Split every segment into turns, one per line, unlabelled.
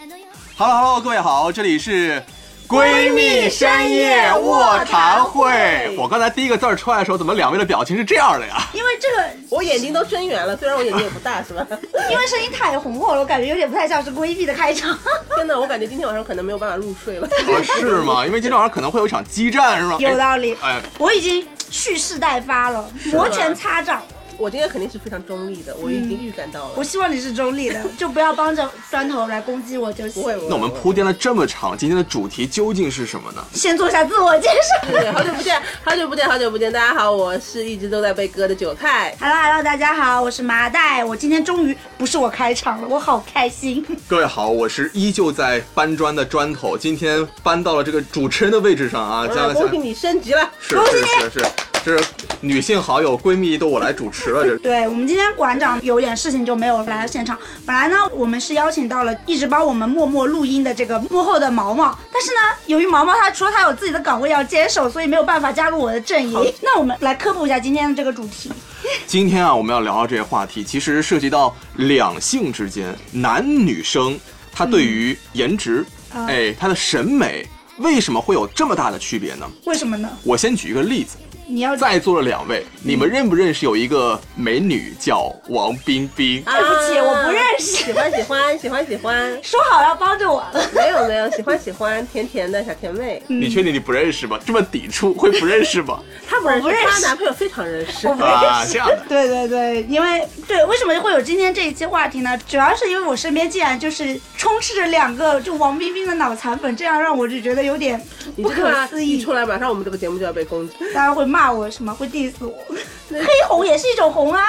Hello Hello，各位好，这里是
闺蜜深夜卧谈会
我刚才第一个字儿出来的时候，怎么两位的表情是这样的呀？
因为这个，
我眼睛都睁圆了，虽然我眼睛也不大，是吧？
因为声音太浑厚了，我感觉有点不太像是闺蜜的开 场。
真的，我感觉今天晚上可能没有办法入睡了。
啊，是吗？因为今天晚上可能会有一场激战，是吗？
有道理，
哎。哎，
我已经蓄势待发了，摩拳擦掌。
我今天肯定是非常中立的，我已
嗯
经预感到了。
我希望你是中立的， 就不要帮着砖头来攻击我就
不
行。
会，不会
那我们铺垫了这么长，今天的主题究竟是什么呢？
先做一下自我介绍。
对好久不见，好久不见，好久不见，大家好，我是一直都在被割的韭菜。
Hello Hello，大家 好，我是麻袋。我今天终于不是我开场了，我好开心。
各位好，我是依旧在搬砖的砖头，今天搬到了这个主持人的位置上啊，加
啊
了加
恭喜你升级了，
是是是是，这是女性好友闺蜜都我来主持了，这是
对我们今天馆长有点事情就没有来到现场。本来呢，我们是邀请到了一直帮我们默默录音的这个幕后的毛毛，但是呢，由于毛毛他说他有自己的岗位要坚守，所以没有办法加入我的阵营。 那我们来科普一下今天的这个主题。
今天啊，我们要聊到这个话题，其实涉及到两性之间，男女生他对于颜值，
啊
哎，他的审美为什么会有这么大的区别呢？
为什么呢？
我先举一个例子，
你要
在座的两位，你们认不认识有一个美女叫王冰冰？
啊
对不起我不认识
喜欢喜欢喜欢喜欢，
说好要帮着我了。
没有没有，喜欢喜欢，甜甜的小甜妹。
嗯
你确定你不认识吗？这么抵触，会不认识吗？
她不认
我不
识，
认识
她男朋友非常认 识
我。不
啊，这样的。
对对对，因为对，为什么会有今天这一期话题呢？主要是因为我身边竟然就是充斥着两个就王冰冰的脑残粉，这样让我就觉得有点
你
不
这个
可
啊
思
一
议。
出来，马上我们这个节目就要被攻击。
大家会骂我什么，会 diss 我。黑红也是一种红啊，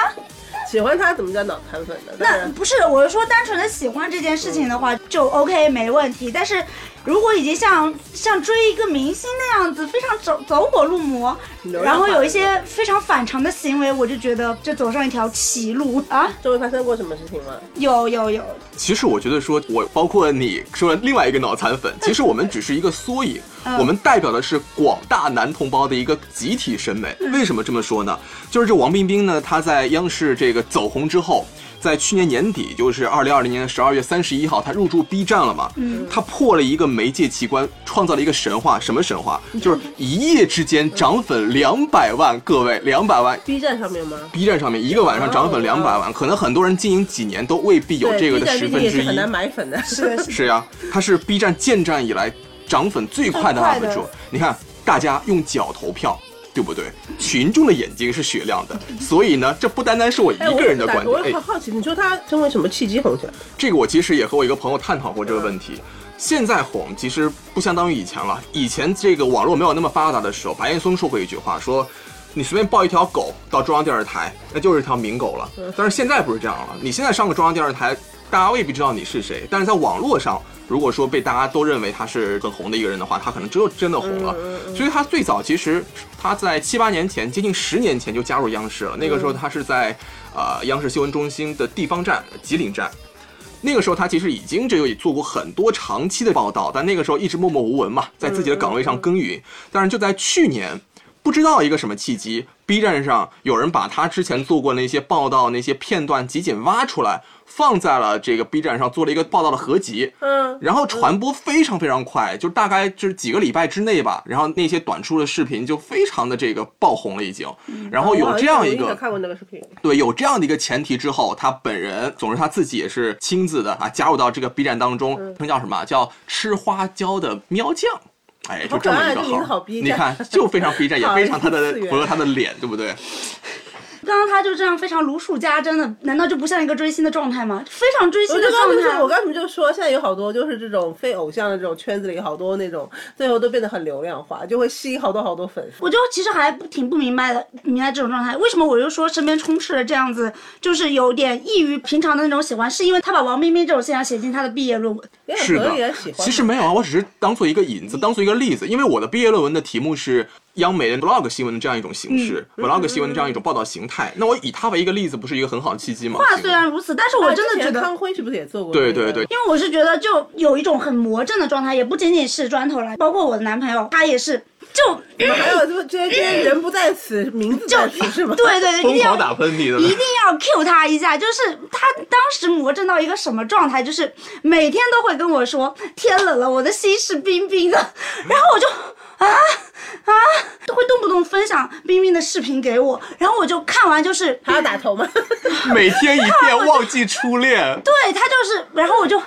喜欢她怎么叫脑残粉呢？当
那
然
不是我是说单纯的喜欢这件事情的话就 OK 没问题，但是如果已经像像追一个明星那样子非常走走火入魔，
流量
然后有一
法则
些非常反常的行为，我就觉得这走上一条歧路啊！
周围发生过什么事情吗？
有有有，
其实我觉得说，我包括你说的另外一个脑残粉，其实我们只是一个缩影，
嗯
我们代表的是广大男同胞的一个集体审美。
嗯
为什么这么说呢？就是这王冰冰呢，她在央视这个走红之后。在去年年底，就是二零二零年的十二月三十一号，她入驻 B 站了嘛？嗯，她破了一个媒介奇观，创造了一个神话。什么神话？
嗯
就是一夜之间涨粉两百万，各位，两百万
B 站上面吗？
！B 站上面一个晚上涨粉两百万，可能很多人经营几年都未必有
对
这个
B
的
站
十
毕竟
分
也
之
是
一。
很难买粉的。
是的，是的，
是呀、他是 B 站建站以来涨粉最快的
最快
UP
的
主。你看，大家用脚投票，对不对？群众的眼睛是雪亮的，所以呢，这不单单是我一
哎，我
个人的
打
观
我也
点。哎
好，好奇，你说他因为什么契机红起来？
这个我其实也和我一个朋友探讨过这个问题。现在红其实不相当于以前了，以前这个网络没有那么发达的时候，白岩松说过一句话，说。你随便抱一条狗到中央电视台，那就是一条名狗了。但是现在不是这样了，你现在上个中央电视台，大家未必知道你是谁。但是在网络上，如果说被大家都认为他是很红的一个人的话，他可能只有真的红了。所以他最早其实他在七八年前，接近十年前就加入央视了。那个时候他是在呃央视新闻中心的地方站吉林站。那个时候他其实已经这个也做过很多长期的报道，但那个时候一直默默无闻嘛，在自己的
嗯
岗位上耕耘。但是就在去年，不知道一个什么契机，B 站上有人把他之前做过那些报道那些片段集锦挖出来，放在了这个 B 站上做了一个报道的合集。
嗯，
然后传播非常非常快，就大概就是几个礼拜之内吧，然后那些短出的视频就非常的这个爆红了已经，然后哦有这样一
嗯哦我好像有印
个
象看过那个视频，
对，有这样的一个前提之后，他本人，总之他自己也是亲自的啊，加入到这个 B 站当中，称叫什么？叫吃花椒的喵酱。哎，就
好
这
可
么一
爱
个
这名字
号
好
儿，
逼
你
真
看就非常 B 站，也
好
非常他的
次元
符合他的脸，对不对？
刚刚他就这样非常如数家珍的，难道就不像一个追星的状态吗？非常追
我
星
就
的
刚
状
刚就
态。啊
是我刚才就说，现在有好多就是这种非偶像的这种圈子里，好多那种最后都变得很流量化，就会吸引好多好多粉丝。
我就其实还不挺不明白的，明白这种状态，为什么我就说身边充斥了这样子，就是有点异于平常的那种喜欢，是因为他把王冰冰这种现象写进他的毕业论文。
也
是
很合
的
理啊，喜欢。
其实没有啊，我只是当做一个引子，当做一个例子，因为我的毕业论文的题目是央媒的 vlog 新闻的这样一种形式、v l o g 新闻的这样一种报道形态。那我以它为一个例子，不是一个很好的契机吗？
话虽然如此，但是我真的觉得
康辉是不是也做过？
对对对，
因为我是觉得就有一种很魔怔的状态，也不仅仅是砖头了，包括我的男朋友，他也是，就
你们还有这么这些这些人不在此，名字
就
在此是吗？
对对对，一
疯
定要
狂打喷嚏的
一定要 cue 他一下，就是他当时魔怔到一个什么状态，就是每天都会跟我说天冷了，我的心是冰冰的，然后我就啊啊，都会动不动分享冰冰的视频给我，然后我就看完就是
还要打头吗？
每天一遍，忘记初恋。
对他就是，然后我就啊，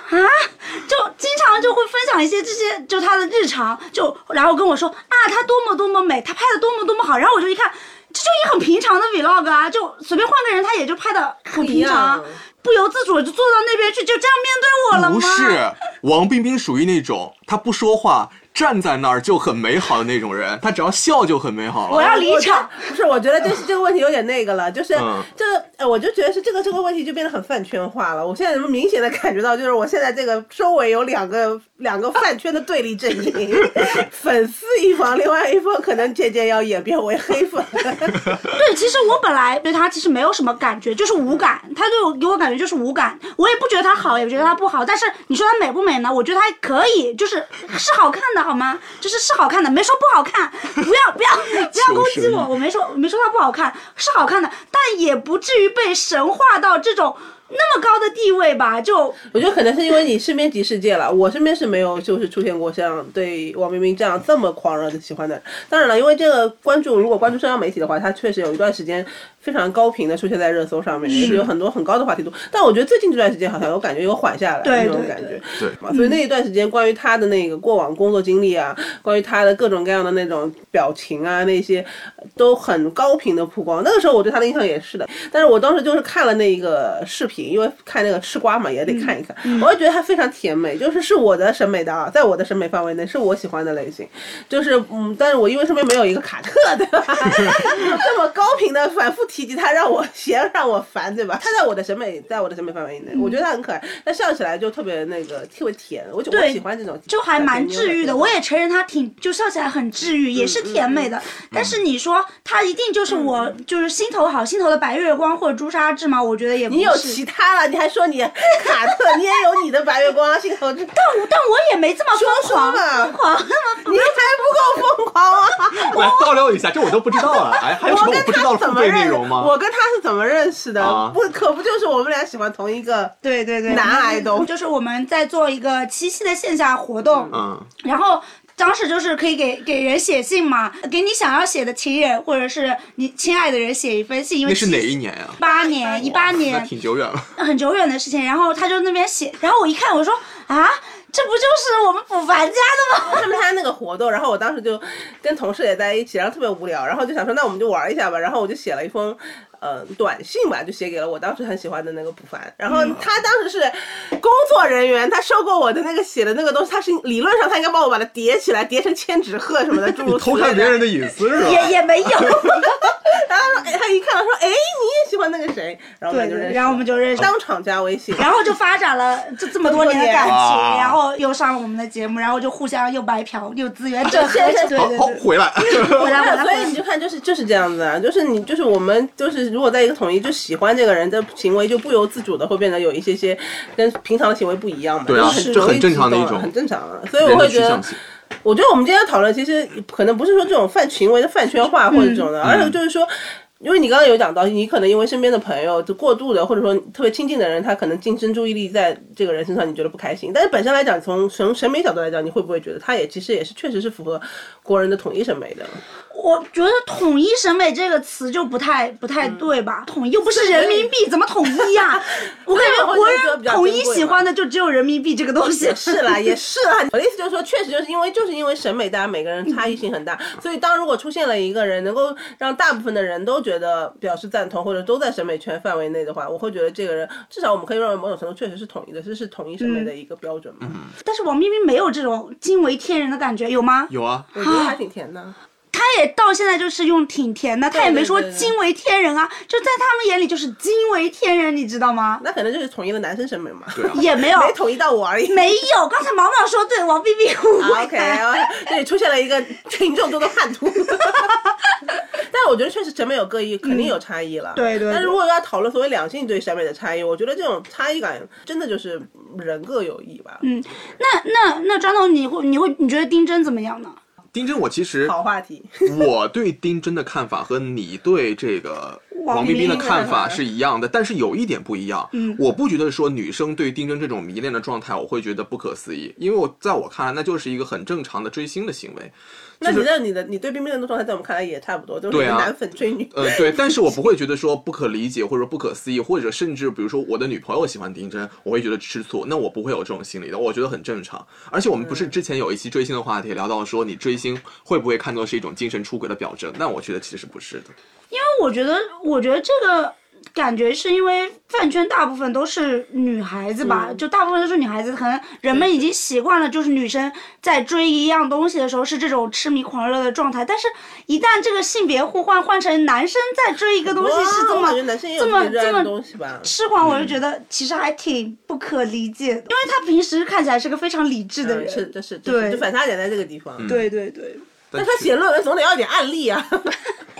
就经常就会分享一些这些，就他的日常，就然后跟我说啊，他多么多么美，他拍的多么多么好，然后我就一看，这就一很平常的 vlog 啊，就随便换个人，他也就拍的很平常啊
不一样，
不由自主地就坐到那边去，就这样面对我了吗？
哎不是，王冰冰属于那种她不说话，站在那儿就很美好的那种人，她只要笑就很美好
我
了。
要离场。
不 是，我觉得这是这个问题有点那个了，就是
嗯
这个，呃我就觉得是这个这个问题就变得很饭圈化了。我现在能明显的感觉到，就是我现在这个周围有两个两个饭圈的对立阵营， 粉丝一方，另外一方可能渐渐要演变为黑粉。
对，其实我本来对他其实没有什么感觉，就是无感。他对我给我感觉就是无感，我也不觉得他好，也不觉得他不好。但是你说他美不美呢？我觉得他可以，就是是好看的好吗？就是是好看的，没说不好看。不要 不要不要攻击
求生
我，我没说我没说他不好看，是好看的，但也不至于被神化到这种那么高的地位吧？就
我觉得可能是因为你身边极世界了，我身边是没有就是出现过像对王冰冰这样这么狂热的喜欢的人。当然了，因为这个关注，如果关注社交媒体的话，它确实有一段时间非常高频的出现在热搜上面，就是有很多很高的话题度。但我觉得最近这段时间好像有感觉有缓下来
对
那种
对
感觉
对。
对，
嘛所以那一段时间，关于他的那个过往工作经历啊，关于他的各种各样的那种表情啊，那些呃都很高频的曝光。那个时候我对他的印象也是的，但是我当时就是看了那个视频，因为看那个吃瓜嘛，也得看一看，我就觉得他非常甜美，就是是我的审美的啊，在我的审美范围内是我喜欢的类型，就是嗯，但是我因为身边没有一个卡特，对吧？ 这么高频的反复提及他，让我嫌让我烦，对吧？他在我的审美，在我的审美范围内，我觉得他很可爱，但笑起来就特别那个特别甜，我就我
嗯对
喜欢这种，
就还蛮治愈的。我也承认他挺，就笑起来很治愈，
嗯
也是甜美的。但是你说他一定就是我，
嗯
就是心头好，心头的白月光或者朱砂痣吗？我觉得也不
你有
是。
其他了，你还说你卡特，你也有你的白月光心头之，
但我但我也没这么疯狂，
说说吧
疯狂那么
你才不够疯狂啊！
来倒流一下，这我都不知道啊！哎，还有什
我
么我
跟
不知道的
他怎
付
么
费
认
内
识？
容吗？
我跟他是怎么认识的？
啊
不，可不就是我们俩喜欢同一个
对对对，
男癌 都？
就是我们在做一个七夕的线下活动，
嗯，
然后当时就是可以给给人写信嘛，给你想要写的情人或者是你亲爱的人写一封信，因为
那是哪一年呀、
八年一八
那
年
挺久远了。
很久远的事情，然后他就那边写，然后我一看，我说啊，这不就是我们补凡家的 吗？
他们参加那个活动，然后我当时就跟同事也在一起，然后特别无聊，然后就想说那我们就玩一下吧，然后我就写了一封。呃，短信吧，就写给了我当时很喜欢的那个补凡。然后他当时是工作人员，他收过我的那个写的那个东西，他是理论上他应该帮我把它叠起来，叠成千纸鹤什么的，诸
你
如此
偷看
类的
别人的啊隐私是吧？
也也没有，
然后 他说，哎，他一看我说，哎，你也喜欢那个谁？然后我
对
们就认识了，
然后我们就认识，
当场加微信，
然后就发展了这这么多年的感
哇
情，然后又上了我们的节目，然后就互相又白嫖又资源整 合，
对
对
对
对
好好
对，
回来，
回来回来
所
回
以你
来。
就看，就是就是这样子啊，就是你就是我们就是如果在一个统一，就喜欢这个人的行为，就不由自主的会变得有一些些跟平常的行为不一样嘛，
对啊
就是
这很
容易
正常的
激
一
动
种
很正常啊。所以我会 觉
人
得
的趋向，性
我觉得我们今天讨论其实可能不是说这种泛行为的饭圈化或者这
嗯
种的，而且就是说。因为你刚刚有讲到，你可能因为身边的朋友就过度的，或者说特别亲近的人，他可能竞争注意力在这个人身上，你觉得不开心。但是本身来讲，从从审美角度来讲，你会不会觉得他也其实也是确实是符合国人的统一审美的？
我觉得“统一审美”这个词就不太不太
嗯
对吧？统一又不是人民币，怎么统一呀、 我感觉
对
国
我觉得
人
比较
统
珍
一
贵
喜
嘛
欢的就只有人民币这个东西。
是啦， 也是啦。我的意思就是说，确实就是因为就是因为审美，大家每个人差异性很大，
嗯
所以当如果出现了一个人能够让大部分的人都觉得表示赞同，或者都在审美圈范围内的话，我会觉得这个人至少我们可以认为某种程度确实是统一的，这是统一审
嗯
美的一个标准嘛。
但是王冰冰没有这种惊为天人的感觉，有吗？
有啊，
我觉得还挺甜的。
她也到现在就是用挺甜的，他也没说
对对对
惊为天人啊，就在他们眼里就是惊为天人，你知道吗？
那可能就是统一了男生审美嘛，
对啊
也没有，
没统一到我而 已。
没有。刚才毛毛说对，王 B B 误会啊
啊 OK，这里出现了一个群众中的叛徒。 但我觉得确实审美有各异，肯定有差异了。
对对对
但如果要讨论所谓两性对审美的差异，我觉得这种差异感真的就是人各有异吧。嗯，
那那那砖头，你会你会你觉得丁真怎么样呢？
丁真，我其实
好话题。
我对丁真的看法和你对这个王冰冰的看法是一样的，但是有一点不一样。嗯，我不觉得说女生对丁真这种迷恋的状态，我会觉得不可思议，因为我在我看来，那就是一个很正常的追星的行为。
那你的你的你对冰冰的状态，在我们看来也差不多，就是
对啊
男粉追女。
呃， 对，但是我不会觉得说不可理解或者说不可思议，或者甚至比如说我的女朋友喜欢丁真，我会觉得吃醋，那我不会有这种心理的，我觉得很正常。而且我们不是之前有一期追星的话题聊到说你追星会不会看作是一种精神出轨的表征？那我觉得其实不是的。
我觉得，我觉得这个感觉是因为饭圈大部分都是女孩子
嗯
吧，就大部分都是女孩子，可能人们已经习惯了，就是女生在追一样东西的时候是这种痴迷狂热的状态，但是一旦这个性别互换换成男生在追一个东西是这
哇我
么
感觉男生也有
这
自
么
己热爱
这
的
么
东西嗯吧？
痴狂，我就觉得其实还挺不可理解的，因为他平时看起来是个非常理智的
嗯
人，
是，这是，这是
对
就反差点在这个地方。
对对对。
但
那他
是
写论文总得要点案例啊。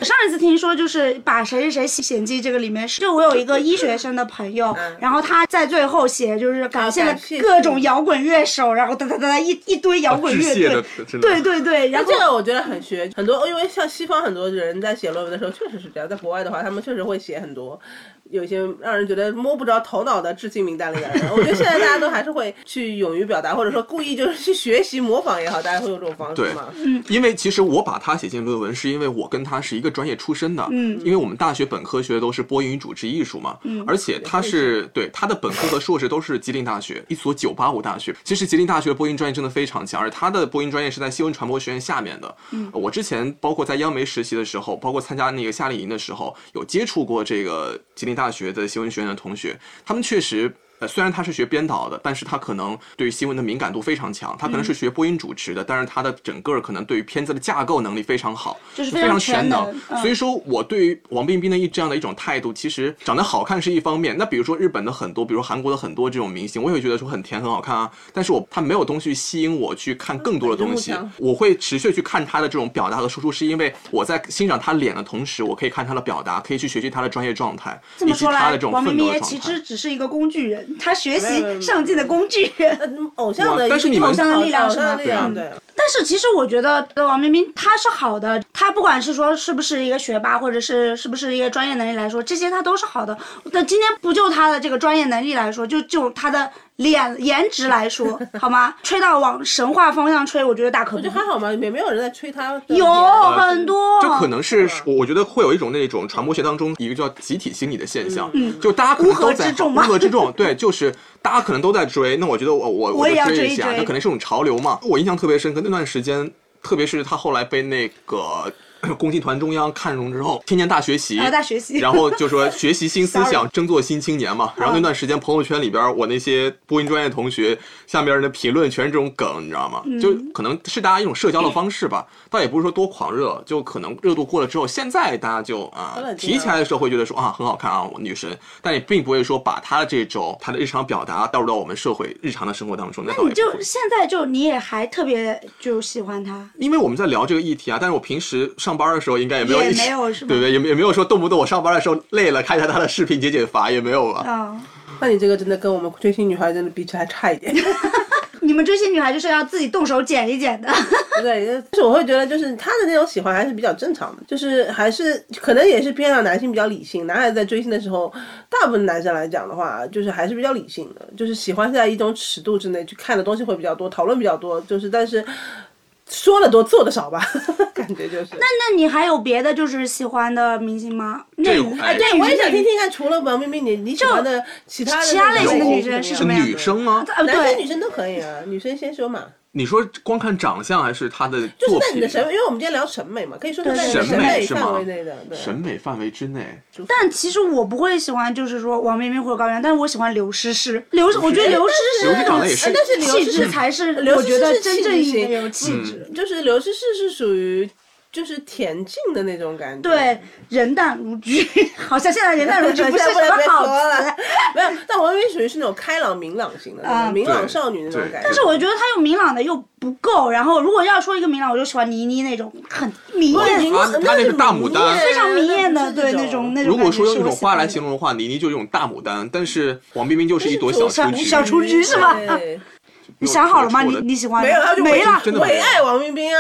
上一次听说就是把谁谁谁写显记这个里面是，就我有一个医学生的朋友，
嗯
然后他在最后写就是感谢了
感谢
各种摇滚乐手，然后哒哒哒哒一一堆摇滚乐
哦
队
致谢的真，的
对对对，然
那
后
这个我觉得很学，很多因为像西方很多人在写论文的时候确实是这样，在国外的话，他们确实会写很多有一些让人觉得摸不着头脑的致敬名单里的人。我觉得现在大家都还是会去勇于表达，或者说故意就是去学习模仿也好，大家会用这种方式
对
嘛。
因为其实我把他写进论文，是因为我跟他是一个专业出身的。嗯，因为我们大学本科学的都是播音与主持艺术嘛。嗯，而且他是对他的本科和硕士都是吉林大学，一所九八五大学。其实吉林大学的播音专业真的非常强，而他的播音专业是在新闻传播学院下面的。嗯，我之前包括在央媒实习的时候，包括参加那个夏令营的时候，有接触过这个吉林大学的新闻学院的同学，他们确实呃，虽然他是学编导的，但是他可能对于新闻的敏感度非常强。他可能
嗯
是学播音主持的，但是他的整个可能对于片子的架构能力非常好，
就是
非
非常
全
全能嗯
所以说，我对于王冰冰的一这样的一种态度，其实长得好看是一方面。那比如说日本的很多，比如说韩国的很多这种明星，我也会觉得说很甜很好看啊。但是我他没有东西去吸引我去看更多的东西
嗯。
我会持续去看他的这种表达和输出，是因为我在欣赏他脸的同时，我可以看他的表达，可以去学习他的专业状态，
这
以
么
及
说
他
来
的这，种
王
奋
明
斗
明
的
也
状
其
态。
实只是一个工具人，他学
没有没有
习
没有
上进的工具人。
那呃偶像的
哇但是你们
偶像的力量
偶
是吧
像的力量，
嗯
对。
但是其实我觉得王冰冰她是好的，她不管是说是不是一个学霸，或者是是不是一个专业能力来说，这些她都是好的。那今天不就她的这个专业能力来说，就就她的脸颜值来说， 好吗？吹到往神话方向吹，我觉得大可不
就
必。
还好嘛，也没有人在吹他。
有很多，
这可能
嗯
是我我觉得会有一种那种传播学当中一个叫集体心理的现象，就大家可能都
嗯乌合
在
之众吗
乌合之众，对，就是大家可能都在追，那我觉得我我
我也要
就追
追一
下，
追
那可能是一种潮流嘛。我印象特别深刻，那段时间，特别是他后来被那个 共青团中央看中之后，天天大学习，
啊大学习
然后就说学习新思 想，争做新青年嘛。然后那段时间朋友圈里边，我那些播音专业同学下面人的评论全是这种梗，你知道吗？就
嗯
可能是大家一种社交的方式吧，倒也不是说多狂热，就可能热度过了之后，现在大家就啊
都冷静了
提起来的时候会觉得说啊很好看啊，我女神，但也并不会说把她的这种她的日常表达带入到我们社会日常的生活当中。那倒也
你
不
就
会。
现在就你也还特别就喜欢她，
因为我们在聊这个议题啊，但是我平时上班的时候应该也没有
也
意识
没有是吧
对不对？也没也没有说动不动我上班的时候累了看一下她的视频解解乏，也没有吧。
啊。
那你这个真的跟我们追星女孩真的比起来差一点。
你们追星女孩就是要自己动手剪一剪的，
对，就是我会觉得，就是他的那种喜欢还是比较正常的，就是还是可能也是偏向男性比较理性。男孩子在追星的时候，大部分男生来讲的话，就是还是比较理性的，就是喜欢在一种尺度之内去看的东西会比较多，讨论比较多，就是但是说的多，做的少吧， 感觉就是。那
那你还有别的就是喜欢的明星吗？内
这
娱，
哎
内娱
我也想
内
听
娱
听看，除了王冰冰，你你喜欢的其他的
其他类型的
女
生是
是
什么样的
女生吗？
呃，
男啊生女
对，
生都可以啊，女生先说嘛。
你说光看长相还是她的
就是
作
在你的
品？
审美，因为我们今天聊审美嘛，可以说是在你的
审
审
美
美
是吗
范围内的。对
审美范围之内，
但其实我不会喜欢，就是说王冰冰或者高圆圆，但是我喜欢刘诗诗。刘诗，我觉得刘诗诗
刘诗长得也是
哎但是刘
气
诗
质
诗
才是
刘
我
诗
觉
诗
得
是
真
气
正
嗯
质
意义
型
的有气质。
就是刘诗诗是属于就是恬静的那种感觉。
对，人淡如菊， 好像现在人淡如菊
现
不是
在
什
不能
么
再
好
说了
词。，
没有，但王薇属于是那种开朗明朗型的那种，
啊
明朗
对
少女那种
对
感觉。
但是我觉得他又明朗的又不够，然后如果要说一个明朗，我就喜欢倪妮那种很明艳
她她那是大牡丹
非常
啊
明艳的，对那种那种。
如果说用一种花来形
容，
容的话，倪妮就是用大牡丹，但是黄冰冰就是一朵小
小
雏菊。
小雏菊是吧？你想好了吗？
我
你
的
你喜欢
没有，他就
没了。
真的没
唯
有
爱王冰冰啊！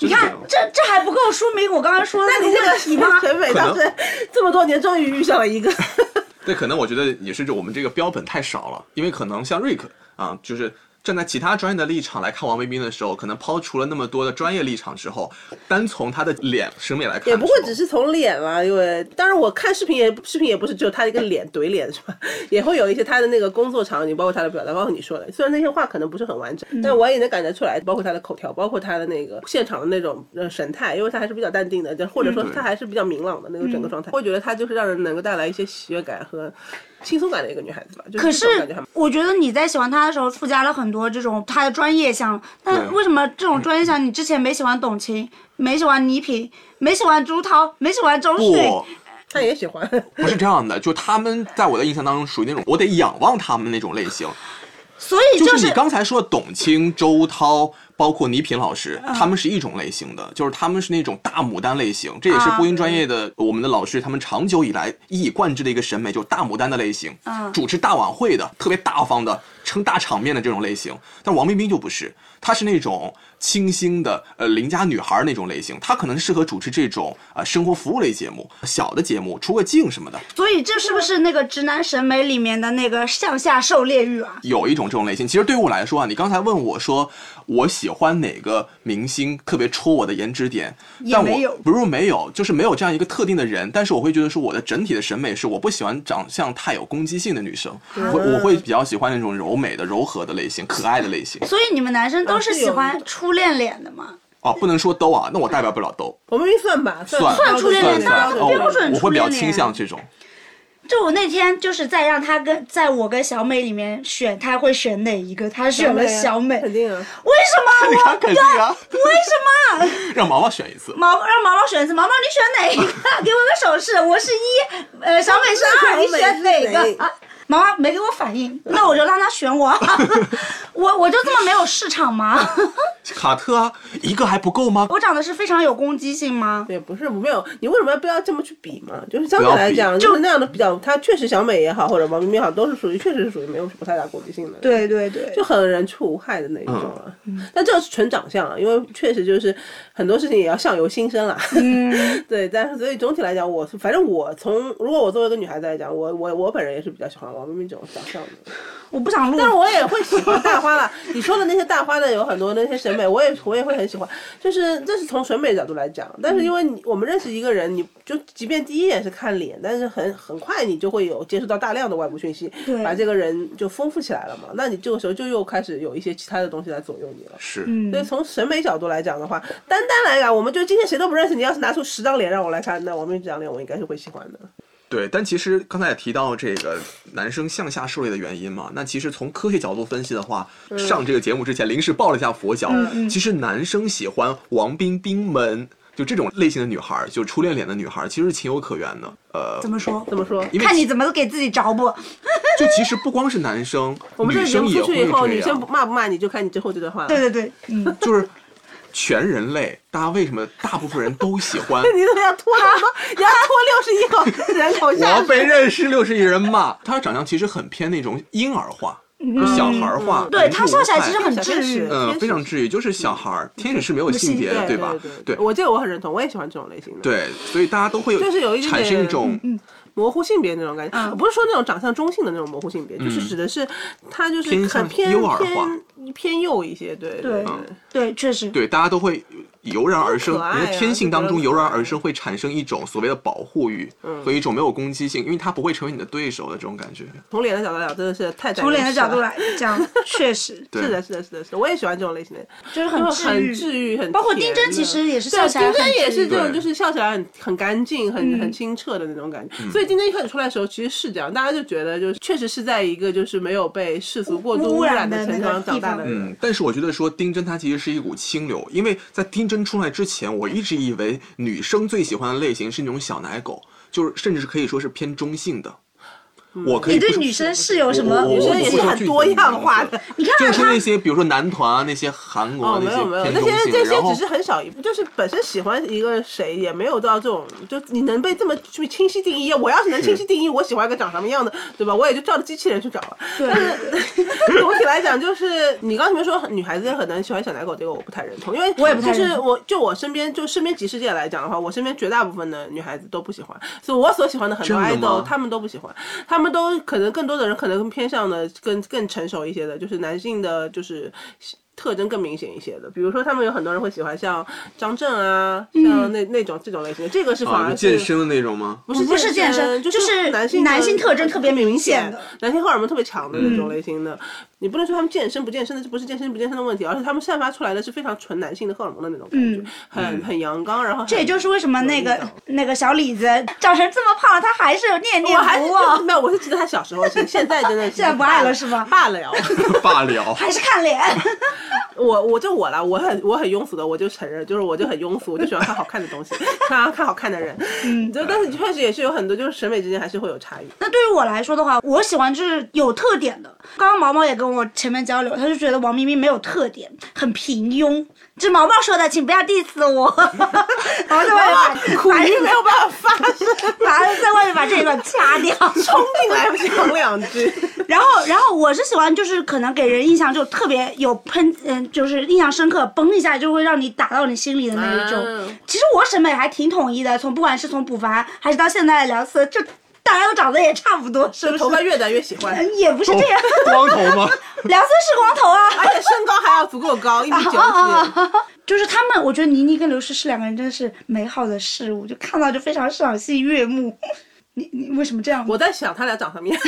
你
真的
看
没有
这这还不够说明我刚刚说的
那
那
你
个
这个
问题吗？
审美当时这么多年，终于遇上了一个。
对，可能我觉得也是，就我们这个标本太少了，因为可能像瑞克啊，就是站在其他专业的立场来看王冰冰的时候，可能抛除了那么多的专业立场之后，单从她的脸审美来看，
也不会只是从脸啦，因为当然我看视频也视频也不是只有他一个脸怼脸是吧？也会有一些他的那个工作场景，包括他的表达，包括你说的，虽然那些话可能不是很完整，
嗯
但我也能感觉出来，包括他的口条，包括他的那个现场的那种呃神态，因为他还是比较淡定的，就或者说
嗯对嗯
他还是比较明朗的那个整个状态，我觉得他就是让人能够带来一些喜悦感和轻松感的一个女孩子吧。就
可
是这种感觉还
是
蛮
我觉得你在喜欢他的时候附加了很多这种他的专业项，但
对
为什么这种专业项你之前没喜欢董卿，没喜欢倪萍，没喜欢朱涛，没喜欢周迅？
不。
他也喜欢，
不是这样的，就他们在我的印象当中属于那种我得仰望他们那种类型，
所以
就是你刚才说的董卿、周涛，包括倪萍老师，他们是一种类型的，就是他们是那种大牡丹类型，这也是
啊
播音专业的我们的老师他们长久以来一以贯之的一个审美，就是大牡丹的类型，
嗯
主持大晚会的，特别大方的，撑大场面的这种类型。但王冰冰就不是，她是那种清新的呃邻家女孩那种类型，她可能适合主持这种呃生活服务类节目、小的节目、出个镜什么的。
所以这是不是那个直男审美里面的那个向下狩猎欲啊？
有一种这种类型。其实对于我来说啊，你刚才问我说我喜欢哪个明星特别戳我的颜值点，
也
但
没有
我不是没有，就是没有这样一个特定的人，但是我会觉得说我的整体的审美是我不喜欢长相太有攻击性的女生，我我会比较喜欢那种柔美的、柔和的类型、可爱的类型。
所以你们男生都是
啊是
喜
有一
欢
种
初恋脸的吗？
哦，不能说都啊，那我代表不了都，
我们算吧，
算
算初恋
算
恋当
算
然
哦
标准，
我
初
会比较
恋
倾向
恋
这种。
就我那天就是在让他跟在我跟小美里面选，他会选哪一个？他选了小美，
肯定
为
啊。
什么
你看，肯定啊，
我？为什么？
让毛毛选一次。
毛让毛毛选一次，毛毛你选哪一个？ 给我个手势，我是一，呃，小美是二，你选哪
小美是谁
个？啊毛毛没给我反应，那我就让他选我， 我我就这么没有市场吗？
卡特啊，一个还不够吗？
我长得是非常有攻击性吗？
也不是没有，你为什么要不要这么去比嘛？就是相
不
对
要
来
比
讲，就是那样的比较，它确实小美也好，或者王冰冰也好，都是属于确实是属于没有不太大攻击性的，，
对对对，
就很人畜无害的那一种啊。
嗯
但这是纯长相啊，因为确实就是很多事情也要相由心生啦。嗯， 对，但是所以总体来讲，我是反正我从如果我作为一个女孩子来讲，我我我本人也是比较喜欢王冰冰这种长相的。
我不想录。
但是我也会喜欢大花啦。 你说的那些大花的有很多那些审美，我也我也会很喜欢。就是这是从审美角度来讲，但是因为你我们认识一个人，你就即便第一眼是看脸，但是很很快你就会有接触到大量的外部讯息
对，
把这个人就丰富起来了嘛。那你这个时候就又开始有一些其他的东西来左右你了。
是，
嗯
所以从审美角度来讲的话，单单来讲，我们就今天谁都不认识，你要是拿出十张脸让我来看，那王冰这张脸我应该是会喜欢的。
对，但其实刚才也提到这个男生向下狩猎的原因嘛，那其实从科学角度分析的话，
嗯
上这个节目之前临时抱了一下佛脚，其实男生喜欢王冰冰们就这种类型的女孩儿，就初恋脸的女孩儿，其实是情有可原的。呃，
怎么说？
怎么说？
因为
看你怎么给自己着不？
就其实不光是男生，
我们这
女
个节
生
目
也
出去以后，
会
女
这
生
样，
骂不骂你就看你最后这段话了。
对对对，嗯，
就是全人类，大家为什么大部分人都喜欢？
你怎么要拖这么 多？你要拖六十一号人口
我
下
要
去？
被认识六十亿人骂，她的长相其实很偏那种婴儿化。就小孩儿化，
对
人畜
她笑起来
无害
其实很治
天
愈
使。
嗯，
天
非
使
常治愈，就是小孩儿，天使是没有性别的，
对
吧？对
对我这个我很认同，我也喜欢这种类型的，，
对，所以大家都会有
就是有一点
产生一种
模糊性别那种感觉，不是说那种长相中性的那种模糊性别，就是指的是他就是
嗯偏
很
向
偏
幼儿化
偏偏幼一些，对
对对，确实，
对，大家都会油然而生
可，爱
你
啊
的天性当中
就觉
油
得
然而生会产生一种所谓的保护欲和一种没有攻击性，因为他不会成为你的对手的这种感觉。
从脸的角度来讲，真的是太
从脸的角度
来。
来
啊
讲，确实
对
是的，是的，是的，是的，我也喜欢这种类型的，
就是
就
很
是很
治
治
愈。
愈，很
包括
甜
丁真其
的
实也是
对
笑起来
丁
很嗯
真也
治
是这
愈
种，
对
就是笑起来很很干净、很很清澈的那种感觉。所以丁真一开始出来的时候，其实是这样，大家就觉得就是确实是在一个就是没有被世俗过度
污
污
染
染
的
的城
那个
乡长
地
大
方
的
嗯，但是我觉得说丁真她其实是一股清流，因为在丁真出来之前，我一直以为女生最喜欢的类型是那种小奶狗，就是甚至是可以说是偏中性的。我可以
你
不
对
是
女生是有什么？
我我
女
我
生
不
也
会
是
说
很
具体
多
的
样化
名字
的
你看看
就是
她
那些比如说男团啊，那些韩国
哦，
啊那
没有没
些
有，
偏
那
中
些
性
这
的，
些
然后
只是很小一部，就是本身喜欢一个谁，也没有到这种，就你能被这么去清晰定义。我要是能清晰定义我喜欢一个长什么样的，对吧？我也就照着机器人去找了。
对
但是 总体来讲，就是你刚才说女孩子很能喜欢小奶狗，这个我不太认同，因为
我也不太
就
认
是
同
我就我身边就身边即世界来讲的话，我身边绝大部分的女孩子都不喜欢，所以我所喜欢的很多
真的吗
idol 他们都不喜欢，他们都可能更多的人可能更偏向的更更成熟一些的，就是男性的就是。特征更明显一些的，比如说他们有很多人会喜欢像张震啊，
嗯
像那那种这种类型的，这个是反
啊，
而
就是健身的那种 吗？
不是
不是
健
健身
就
就是
男性
男性特征特别
明
明
显
显
的
的，
男性荷尔蒙特别强的
嗯
那种类型的。你不能说他们健身不健身的，这不是健身不健身的问题，而是他们散发出来的是非常纯男性的荷尔蒙的那种感觉，
嗯
很很阳刚，然后
这也就是为什么那
有
个
力道
那个小李子长成这么胖了，他还是念
我
念
还是
不忘，
没有，我是记得他小时候是，现在真
啊
的是
现在不爱了是吧
罢了。
罢了。
还是看脸。
我我就我啦，我很我很庸俗的，我就承认，就是我就很庸俗，我就喜欢看好看的东西， 看看好看的人。嗯，就但是确实也是有很多，就是审美之间还是会有 差异。
那对于我来说的话，我喜欢就是有特点的。刚刚毛毛也跟我前面交流，他就觉得王冰冰没有特点，很平庸。这毛毛说的，请不要 diss 我。 然后在外面把
苦
把
于没有 办法发声，
把在外面把这一段掐掉。
冲进来不讲两 句。
然后，然后我是喜欢，就是可能给人印象就特别有喷，嗯，就是印象深刻，崩一下就会让你打到你心里的那一种。
嗯
其实我审美还挺统一的，从不管是从补凡还是到现在的聊色，就大家都长得也差不多，是不
这
是？
头发越短越喜欢，
嗯也不是这样，
光头 吗？
聊色是光头啊。
而且身高还要足够高，一米九几。
啊，就是他们，我觉得倪妮跟刘诗诗两个人真的是美好的事物，就看到就非常赏心悦目。 你你为什么这样？
我在想他俩长什么样，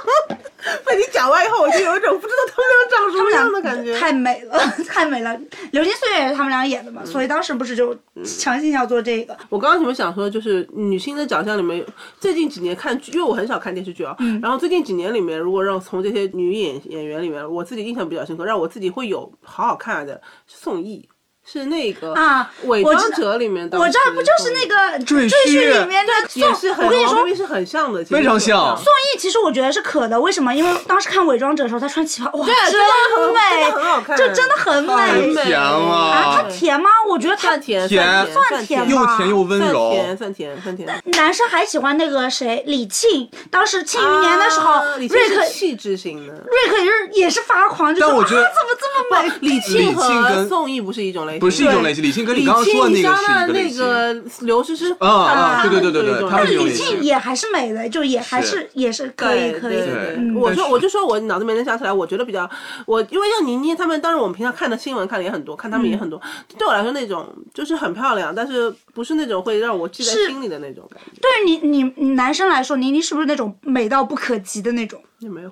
被你讲完以后，我就有一种不知道他们俩长什
他
么
们
样的
俩
感觉。
太美了， 太美了！《流金岁月》也是他们俩演的嘛，
嗯
所以当时不是就强行要做这个。
我刚刚你们想说，就是女性的长相里面，最近几年看剧，因为我很少看电视剧啊。
嗯
然后最近几年里面，如果让从这些女演演员里面，我自己印象比较深刻，让我自己会有好好看的是宋轶，是那个
啊
《伪
我知
装
道
者》里面的，
我知道，不就是那个《
赘
赘
婿
婿》里面的宋？
也是很，
我跟你说
王，冰冰是很像的，其实
非常
是很
像
宋轶其实我觉得是可的，为什么？因为当时看《伪装者》的时候，她穿旗袍，哇，
对真的很
美，
真的很好看
就真的很
太
很
美
甜
啊！
了
她，甜吗？我觉得她
算甜
甜
算
算甜
又
吗
甜又温柔。
算哎甜算甜算甜。
男生还喜欢那个谁李沁，当时《庆余年》的时候，
啊李沁
瑞克
是气质型的。
瑞克也是也是发狂，就
但
说
我觉得
啊怎么这么美？
李
李沁
沁和
跟
宋轶不是一种类型，
不是一种类型李沁跟你刚刚说的那个是一个类型
李沁加上那个刘诗诗
啊啊
她
对
们
对对对对
是一种
她们
类
是一种
但李
型
类型
沁也还是美的，就也还
是
是也是可以
对
可以的
对对
嗯
我
但
说
是
我就说我脑子没能想起来，我觉得比较我因为像倪妮他们，当然我们平常看的新闻看的也很多，看他
嗯
们也很多。对我来说，那种就是很漂亮，但是不是那种会让我记在
是
心里的那种感觉。
对于你你你男生来说，倪妮是不是那种美到不可及的那种？
也没有，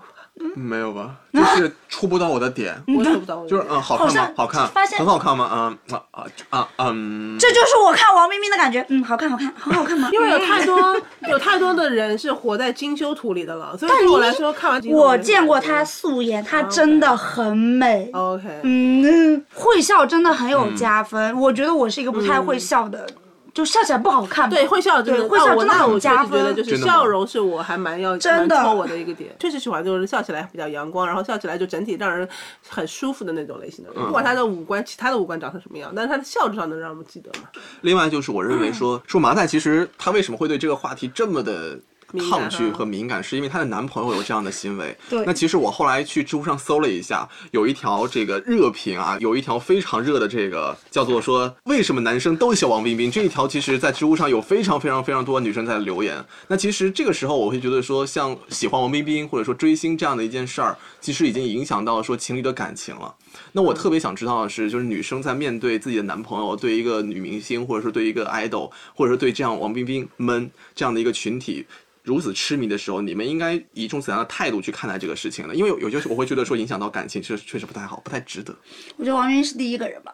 没有吧？就是触不到我的 点。
我找不到我的。
就是嗯，好看
好
吗
像？
好看，
发现
很好看吗？嗯啊啊啊嗯，
这就是我看王冰冰的感觉，嗯，好看好看，很好看吗？
因为有
嗯
太多有太多的人是活在精修图里的了，所以对
倪妮
我来说看完金
我见过她素颜，
哦
她真的很美。
，OK，
嗯，会笑真的很有
嗯
加分。我觉得我是一个不太会笑的，就笑起来不好看吧。
对会笑真的，
对会笑
那我
真的
那
很
我确实
加
觉得
分
就是
真的
笑
吗
容是我还蛮要
真的
蛮戳我的一个点，确实喜欢就是笑起来比较阳光，然后笑起来就整体让人很舒服的那种类型的
嗯
人，不管他的五官其他的五官长成什么样，但是他的笑至少能让我们记得嘛。
另外就是我认为说、说麻袋其实她为什么会对这个话题这么的
敏感
抗拒
哈
和敏感，是因为她的男朋友有这样的行为。
对
那其实我后来去知乎上搜了一下，有一条这个热评啊，有一条非常热的这个叫做说为什么男生都喜欢王冰冰这一条，其实在知乎上有非常非常非常多的女生在留言。那其实这个时候我会觉得说，像喜欢王冰冰或者说追星这样的一件事儿，其实已经影响到说情侣的感情了。那
嗯
我特别想知道的是，就是女生在面对自己的男朋友，对一个女明星，或者说对一个 idol，或者说对这样王冰冰们这样的一个群体，如此痴迷的时候，你们应该以一种怎样的态度去看待这个事情呢？因为有有些时候我会觉得说影响到感情，确实确实不太好，不太值得。
我觉得王源是第一个人吧，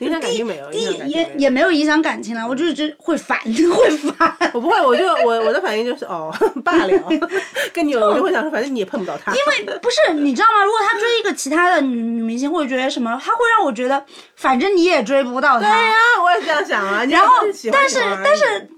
影响感情没有，
第
影
一
响感情没
也
有
也没有影响感情了，我就是只会烦， 会烦。
我不会，我就我我的反应就是 哦，罢了，跟你有我就会想说，反正你也碰不到他，因为
因为哎不是你知道吗？如果他追一个其他的女女明星，会觉得什么？他会让我觉得，反正你也追不到他。
对呀、我也这样想啊。你
然后
要喜，欢
但是
我而已
但是。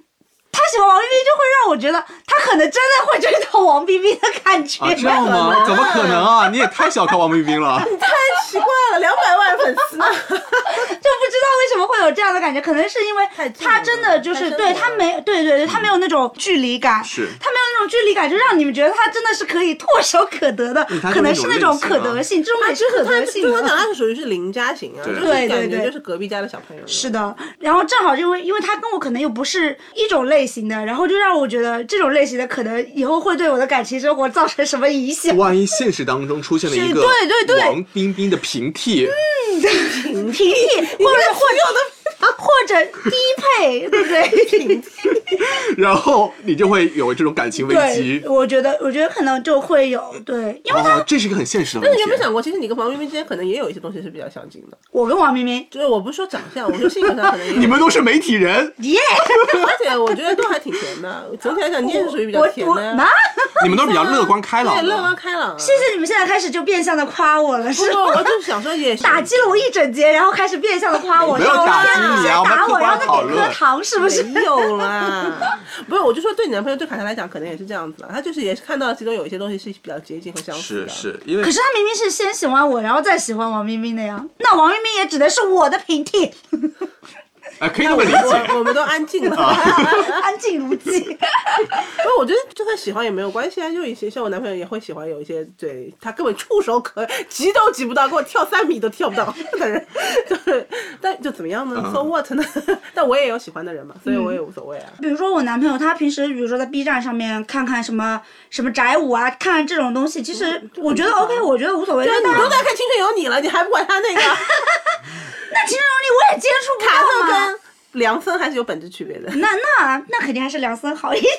他喜欢王冰冰，就会让我觉得他可能真的会追到王冰冰的感觉。
啊，这样吗？怎么可能啊！你也太小看王冰冰了。
太奇怪了，两百万粉 丝，
就不知道为什么会有这样的感觉，可能是因为
近了
他真的就
太
是
生
对
活
他
了
没对对对，他没有那种距离感，
嗯是
他没有那种距离感，就让你们觉得他真的是可以唾手可得的，
嗯他
可能
就是是
那
那种
种可得
类
性，这种也是
就是
可
他
得性啊
就是他
的。
长大属于是邻家型啊，
对
就是
对对
感觉
对
就是隔壁家的小朋友。
是的，然后正好因为因为他跟我可能又不是一种类型的，然后就让我觉得这种类型的可能以后会对我的感情生活造成什么影响。
万一现实当中出现了一个
是对对对
王冰冰的平替，
平替，或者或者或者低配，对不对？
然后你就会有这种感情危
对
机，。
我觉得我觉得可能就会有对，因为
哦，这是一个很现实的
但
问
是你有没有
题。
想过，其实你跟王冰冰之间可能也有一些东西是比较相近的，
我跟王冰冰
就是我不是说长相，我说性格上可 能也有
你们都是媒体人，
耶，
而且我觉得都还挺甜的，总体来讲你也是属于比较
我
甜
我
的
妈
呀，，
你们都是比较乐观开
对，
朗
乐观
的。
开朗啊。
谢谢你们现在开始就变相的夸我了，
不
是
是，
吗？
我就是想说也是
打击了我一整节，然后开始变相的夸我，
没有
说
打击
天哪
你啊
先
我们
打
客
我，
观
然后再
讨
给
论
颗糖，是不是？
没有啦，不是，我就说对你男朋友对卡塔来讲，可能也是这样子的，啊他就是也是看到其中有一些东西是比较接近和相似
是
的。
是，因为
可是他明明是先喜欢我，然后再喜欢王冰冰的呀。那王冰冰也只能是我的平替，
哎，可以这
那我
么理
们
解。
我我们都安静了。
啊安静如鸡。
不是，我觉得就算喜欢也没有关系啊，就一些像我男朋友也会喜欢有一些对他根本触手可及都及不到，给我跳三米都跳不到的人， 就是但就怎么样呢、s
嗯
o what 呢？ 但我也有喜欢的人嘛，所以我也无所谓啊。
比如说我男朋友，他平时比如说在 B 站上面看看什么什么宅舞啊，看看这种东西，其实我觉得 OK，我觉得无所谓。
对，
因为
你
大家
都在看《青春有你》了，你还不管他 那个
那其实容易我也接触不
卡特
到嘛。
跟梁森还是有本质区别的。
那那那肯定还是梁森好一点。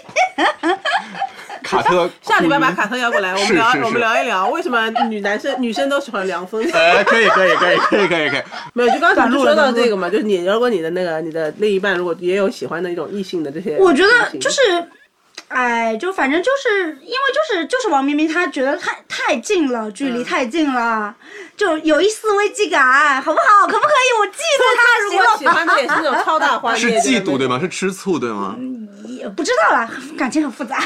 卡特
下礼拜把卡特邀过来，我们
是
聊
是是
我们聊一聊为什么女男生女生都喜欢梁森。
哎，可以可以可以可以可以 可以，
没有，就刚才
短
就
路
说
了
到
短路
这个嘛，就是你如果你的那个你的另一半如果也有喜欢的一种异性的这些女性，
我觉得就是，哎，就反正就是因为就是就是王冰冰，她觉得太太近了，距
嗯
离太近了，就有一丝危机感，好不好？可不可以？我嫉妒
他如果
他，
喜
行了吧
欢的也是那种超大花，
是
啊你也觉
嫉
得
妒
没嗯
对吗？是吃醋对吗？
也不知道啦，感情很复杂。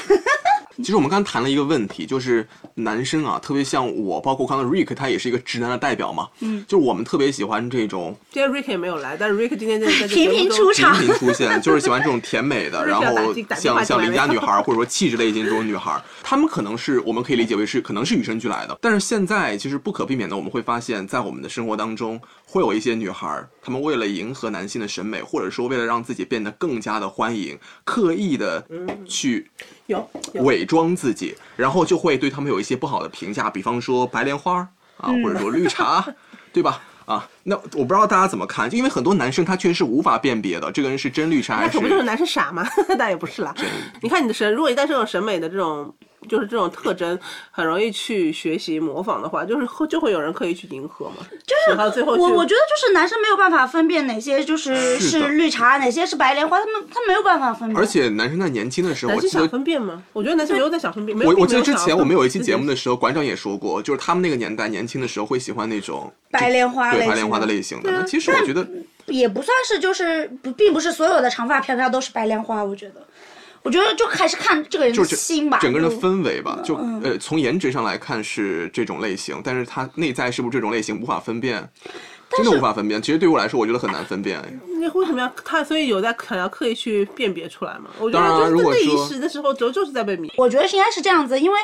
其实我们刚谈了一个问题，就是男生啊，特别像我，包括刚刚 Rick，他也是一个直男的代表嘛。嗯，就是我们特别喜欢这种
今天 Rick 也没有来，但是 Rick 今天在在这
频
节目
频
中
出
频
场，
频出现，就是喜欢这种甜美的，
就是
然
想打
后
击打击
像
坏
像
进来
邻家
了
女孩 儿或者说气质类型这种女孩儿，她们可能是我们可以理解为是可能是与生俱来的，但是现在其实不可避免的，我们会发现，在我们的生活当中会有一些女孩儿，她们为了迎合男性的审美，或者说为了让自己变得更加的欢迎，刻意的
嗯
去
有有
伪装自己，然后就会对他们有一些不好的评价，比方说白莲花儿啊，
嗯
或者说绿 茶，对吧？啊，那我不知道大家怎么看，因为很多男生他确实是无法辨别的，这个人是真绿茶
那
还
可不就是
是
男生傻吗？ 但也不是啦。你看你的审，如果一旦是有审美的这种，就是这种特征，很容易去学习模仿的话，就是会就会有人刻意去迎合嘛。就是然后最后去
我我觉得就是男生没有办法分辨哪些就是
是的
是绿茶，哪些是白莲花，他们他没有办法分辨。
而且男生在年轻的时候，
男
我
生
记
想
得
分辨吗？我觉得男生没有在想分辨，没有
我
并
我记得
没有
之
想
前我们有一期节目
的，
的时候，馆长也说过，就是他们那个年代年轻的时候会喜欢那种
白莲花
对
类
白莲
型
花的
的
类型的。那其实我觉得
也不算是，就是不，并不是所有的长发飘飘都是白莲花，我觉得，我觉得就还是看这个人
就
的
是
心吧，
整个人
嗯
的
就
氛围吧，就呃从颜值上来看是这种类型，但是他内在是不是这种类型无法分辨，真的无法分辨。其实对我来说，我觉得很难分辨。
你为什么要他？所以有在想要刻意去辨别出来嘛？我觉
当然
得就
如
是
果
真的
说
意识的时候，就就是在被迷。
我觉得是应该是这样子，因为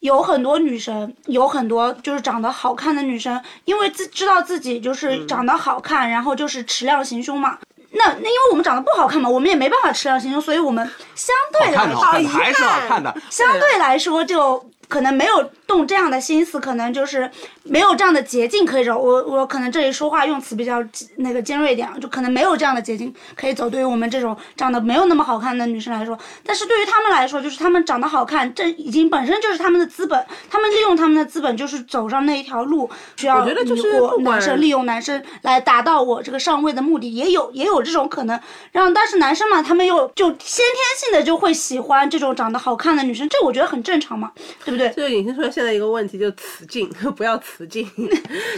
有很多女生，有很多就是长得好看的女生，因为自知道自己
嗯
就是长得好看，然后就是迟量行凶嘛。那那因为我们长得不好看嘛，我们也没办法迟量行凶，所以我们相对
好看
来
的
哦说
好看的
好遗憾
还是好看的，
相对来说就可能没有动这样的心思，可能就是没有这样的捷径可以走。我我可能这里说话用词比较那个尖锐一点，啊就可能没有这样的捷径可以走。对于我们这种长得没有那么好看的女生来说，但是对于她们来说，就是她们长得好看，这已经本身就是她们的资本。她们利用她们的资本，就是走上那一条路，需要
我觉得就是
我
不管
男生利用男生来达到我这个上位的目的，也有也有这种可能。让但是男生嘛，他们又就先天性的就会喜欢这种长得好看的女生，这我觉得很正常嘛，对不对？
这就引申出来现在一个问题，就是雌竞， 不要雌竞。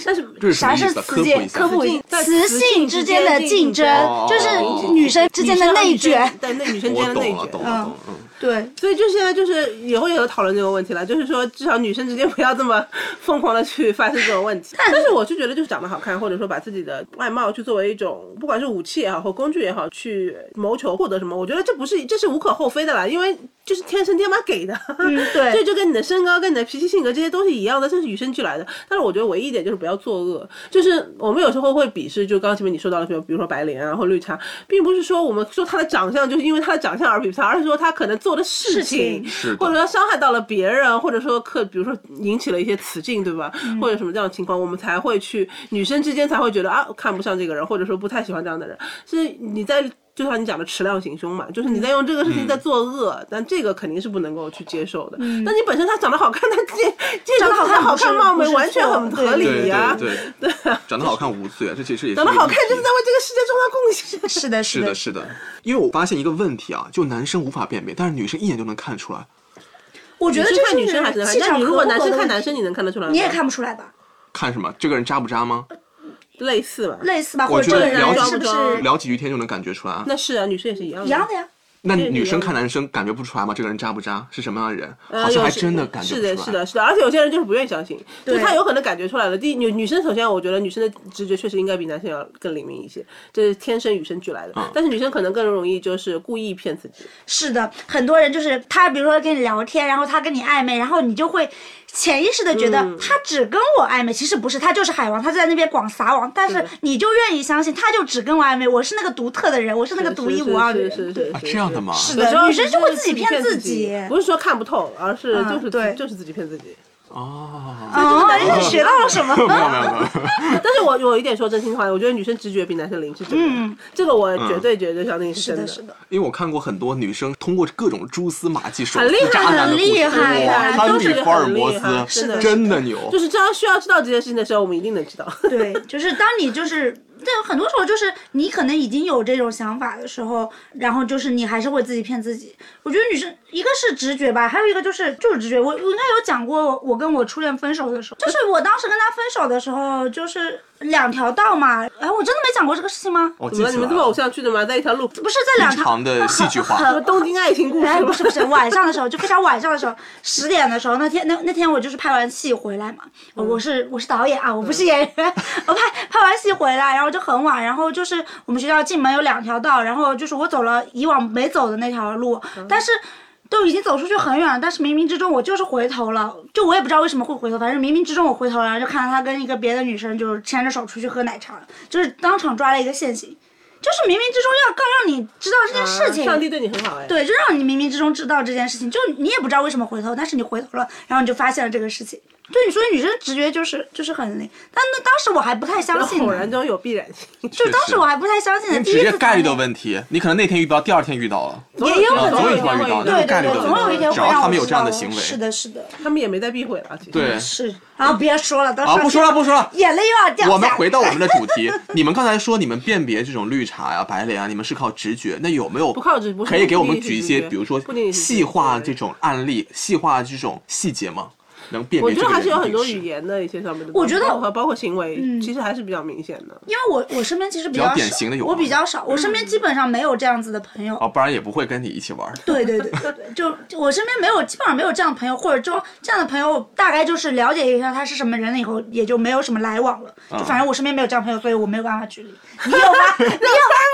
但是
这是什
啥
么意
是
思啊？
雌
科普
竞
一？下。哦
科普
雌竞在
雌
雌
性
性
之
之
间
间
的
竞
竞争
争，
就是女生之间的内卷。
对那女生之
我
间的内
懂了，
卷
懂。了，懂了。嗯
对，
所以就现在就是以后也有讨论这个问题了，就是说至少女生之间不要这么疯狂的去发生这种 问题。但是我就觉得就是长得好看，或者说把自己的外貌去作为一种不管是武器也好或工具也好去谋求获得什么，我觉得这不是这是无可厚非的啦，因为就是天生爹妈给的。
嗯，对，
这就跟你的身高、跟你的脾气、性格这些都是一样的，这是与生俱来的。但是我觉得唯一一点就是不要作恶，就是我们有时候会鄙视，就刚刚前面你说到的，比如比如说白莲啊或绿茶，并不是说我们说他的长相就是因为他的长相而鄙视他，而是说他可能做的事情，
是的
或者说伤害到了别人，或者说可比如说引起了一些雌竞，对吧？
嗯
或者什么这样的情况，我们才会去女生之间才会觉得啊看不上这个人，或者说不太喜欢这样的人。是你在。就像你讲的持量行凶嘛，就是你在
嗯
用这个事情
嗯
在作恶，但这个肯定是不能够去接受的。那你本身他长得好看，他接接
嗯长
受
得好
他
看
好
不是
看貌美
不是
完全
错
很合
对
理呀、啊
对对 对，长得好看无罪，这其实也是
长得
一个
好看
问题
就是在为这个世界做上贡献。
是的，是
是的，。是的，因为我发现一个问题啊，就男生无法辨别，但是女生一眼就能看出来，
我觉得这
你是看
是
女生还是男
气
生？那
场
你如
和
果
不
男
合
生
的问
看男
题
生，你能看得出来吗？
你也看不出来吧？
看什么？这个人渣不渣吗？
类似吧？
类似吧，
我
或者
觉
这
得
个人
了
是不
解
是
聊几句天就能感觉出来啊。
那是啊，女生也是一样的。
一样的呀？
那
对
女
对
生
对
看男生感觉不出来吗？这个人渣不渣？是什么样的人？
呃
好像
有
还
时
真的感觉不
是
出来。
的，是的，是的，而且有些人就是不愿意相信，就
对
他有可能感觉出来了。第一，女女生首先，我觉得女生的直觉确实应该比男生要更灵敏一些，这是天生与生俱来的。
嗯
但是女生可能更容易就是故意骗自己，
是的，很多人就是他，比如说跟你聊天，然后他跟你暧昧，然后你就会潜意识的觉得他只跟我暧昧，其实不是，他就是海王，他就在那边广撒网，但是
的
你就愿意相信他就只跟我暧昧，我是那个独特的人，我是那个独一
是
无二的
是
人，
是
对
是
啊，
是
这样的吗？
是
有时
的，
候
女生就会自己
骗
自
己
己，，嗯
不是说看不透，而是就是
对
就是自己骗自己。
哦，
哦，你学到了什么？
没有没有没有，
但是我有一点说真心话，我觉得女生直觉比男生灵是真的，这个
嗯
我绝对绝对相信
嗯是
真
的，是的，
因为我看过很多女生通过各种蛛丝马迹手
很厉
撕
害
渣男的
很
故事
厉害
哇
啊
堪
都
比
是
福尔
很
摩
厉害
斯，
是的
真的牛。
就是这样需要知道这件事情的时候，我们一定能 知道。
对，就是当你就是。但很多时候就是你可能已经有这种想法的时候，然后就是你还是会自己骗自己。我觉得女生一个是直觉吧，还有一个就是就是直觉。我我应该有讲过，我跟我初恋分手的时候，就是我当时跟他分手的时候，就是两条道嘛。哎，我真的没讲过这个事情吗？
我记
怎
起
么了？
来
你们这么偶
了，
像剧的吗？在一条路，
不是这两
非
条
常哦的戏剧化。
什么东京爱情故
哎，
事
不
吗？
是不是， 晚上的时候就非常晚上的时候， 十点的时候，那天那那天我就是拍完戏回来嘛，我是我是导演啊，我不是演员， 我拍拍完戏回来，然后就很晚，然后就是我们学校进门有两条道，然后就是我走了以往没走的那条路，但是。都已经走出去很远了，但是冥冥之中我就是回头了，就我也不知道为什么会回头，反正冥冥之中我回头了，然后就看到他跟一个别的女生就是牵着手出去喝奶茶了，就是当场抓了一个现行，就是冥冥之中要更让你知道这件事情。
上帝对你很好哎。
对，就让你冥冥之中知道这件事情，就你也不知道为什么回头，但是你回头了，然后你就发现了这个事情。对，所以女生直觉就是就是很灵，但那当时我还不太相
然
信
后偶
呢，
然中有必然性，
就当时我还不太相信的，第
职
一
业
次
概率的
谈恋
问题，你可能那天遇到，第二天遇到了。
也有可 能
啊总有一
天
天会遇到的
爱对
概
对
率
对，
的
总
问
有
题
一天
只
会
要
让
他
我
们有
知
这样
道
的行为
是的，是的，
他们也没在避讳了。其实
对，
是。然后别说了，到时
啊，
候
不说了，不说了。
眼泪又要掉下来。
我们回到我们的主题， 你们刚才说你们辨别这种绿茶呀、白莲啊，你们是靠直觉，那有没有
不靠直不是
可以给我
不
们
一定
举一
是
些，
直觉
比如说
不一定是直觉
细化这种案例、细化这种细节吗？能辨
我
别
觉
这
得
个人
还是有
的
很多
定
语
势
言的一些上面的东西，
我觉得嗯
包括包括行为，其实还是比较明显的。
因为我我身边其实比
比较
较
典
少
型的有啊
我比
吗
较少，我身边基本上没有这样子的朋友。
哦，不然也不会跟你一起玩儿。
对对对对对，就就我身边没有，基本上没有这样的朋友，或者就这样的朋友，大概就是了解一下他是什么人了以后，也就没有什么来往了。就反正我身边没有这样的朋友，所以我没有办法举例。你有 吗？你有来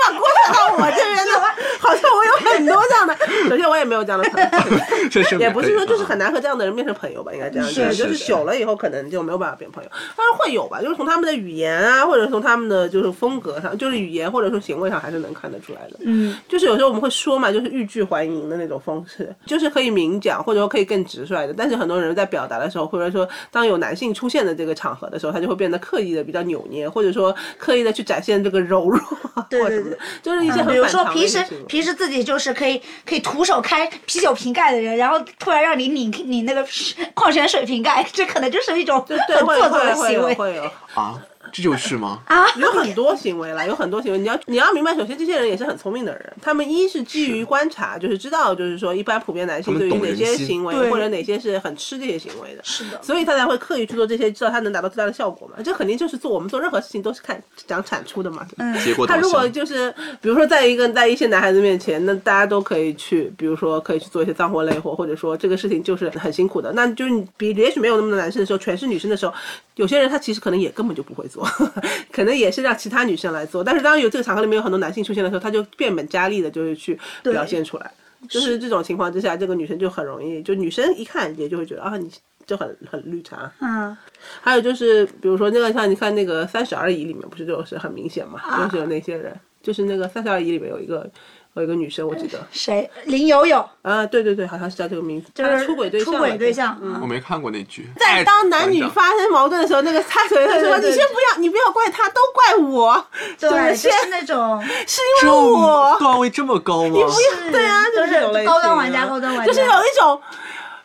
往过
那我 这人的话，好像我有 很多这样的。首先，我也没有这样的朋友，
这是
也不是说就是
嗯
很难和这样的人变成朋友吧，应该这样对，
是
就是
是
久了以后可能就没有办法变朋友，但是会有吧，就是从他们的语言啊，或者从他们的就是风格上，就是语言或者说行为上，还是能看得出来的。
嗯，
就是有时候我们会说嘛，就是欲拒还迎的那种方式，就是可以明讲，或者说可以更直率的。但是很多人在表达的时候，或者说当有男性出现的这个场合的时候，他就会变得刻意的比较扭捏，或者说刻意的去展现这个柔弱 啊，
对
或者
对
什么的
对，
就是一些很
嗯比如
反
说
常的
平
一些
时
行为
平时自己就是可以可以徒手开啤酒瓶盖的人，然后突然让你拧拧那个矿泉水瓶盖，这可能就是一种
对
很
会
做作的
会会
行
有
为
会有。
啊，这就是吗？
啊。
有很多行为啦，有很多行为，你要你要明白，首先这些人也是很聪明的人，他们一是基于观察，就是知道，就是说一般普遍男性
他们
对于
懂
哪
人
些
心
行为
对
或者哪些是很吃这些行为的，
是的
所以他才会刻意去做这些，知道他能达到最大的效果嘛。这肯定就是做我们做任何事情都是看讲产出的嘛。对吧
结果
他
导
如果
向。
就是比如说在一个在一些男孩子面前，那大家都可以去，比如说可以去做一些脏活累活，或者说这个事情就是很辛苦的。那就是你比也许没有那么多男生的时候，全是女生的时候，有些人他其实可能也根本就不会做， 可能也是让其他女生来做。但是当有这个场合里面有很多男性出现的时候，他就变本加厉的就是去表现出来。就是这种情况之下，这个女生就很容易，就女生一看也就会觉得啊，你就很很绿茶。
嗯，
还有就是，比如说那个像你看那个《三十而已》里面，不是就是很明显嘛，
啊
就是有那些人，就是那个《三十而已》里面有一个有一个女生，我记得
谁？林有有
啊，对对对，好像是叫这个名字，
就是
她出轨对象，嗯
出轨对，象，嗯
我没看过那剧。
在当男女
哎
发生矛盾的时候，那个插嘴他
对
说：“
对对
你先不要，你不要怪他，都怪我，
对，
就是
就
先
是那种
是
这
因为我，
段位这么高吗？
是
对啊，
都
就是有类
高
型
端玩家，
啊
高端玩家，
就是有一种，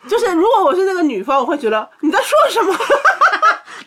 就是如果我是那个女方，我会觉得你在说什么。”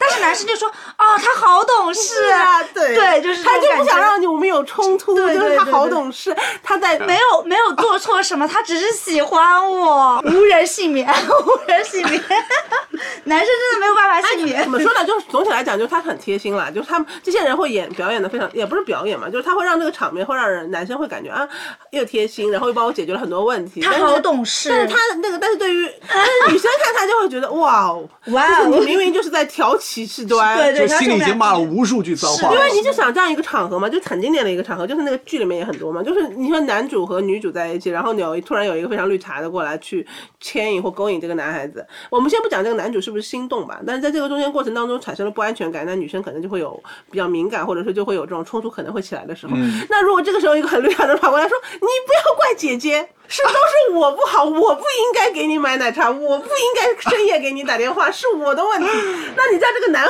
但是男生就说，哦，他好懂事
是啊，对
对，就是这
他
种
就不
感觉
想让你我们有冲突，
对
就
对
是他
对
好
对
懂 事，他在
没有没有做错什么，他只是喜欢我，无人幸免，无人幸免。 男生真的没有办法幸免
怎。么说呢？就是总体来讲，就是他很贴心啦。就是他们这些人会演表演的非常，也不是表演嘛，就是他会让这个场面会让人男生会感觉啊，又贴心，然后又帮我解决了很多问题。
他
但是
好懂事
但是他那个，但是对 于但是女生看他就会觉得哇哦，
哇
就是
哦
你明明就是在挑起事端，
对对
就心里已经骂了无数句脏话了。
因为你就想这样一个场合嘛，就很经典的一个场合，就是那个剧里面也很多嘛，就是你说男主和女主在一起，然后你有突然有一个非常绿茶的过来去牵引或勾引这个男孩子。我们先不讲这个男主是不是心动吧，但是在这个中间过程当中产生了不安全感，那女生可能就会有比较敏感，或者说就会有这种冲突可能会起来的时候。那如果这个时候一个很绿茶的人跑过来说：“你不要怪姐姐。”是都是我不好，我不应该给你买奶茶，我不应该深夜给你打电话，是我的问题。那你在这个男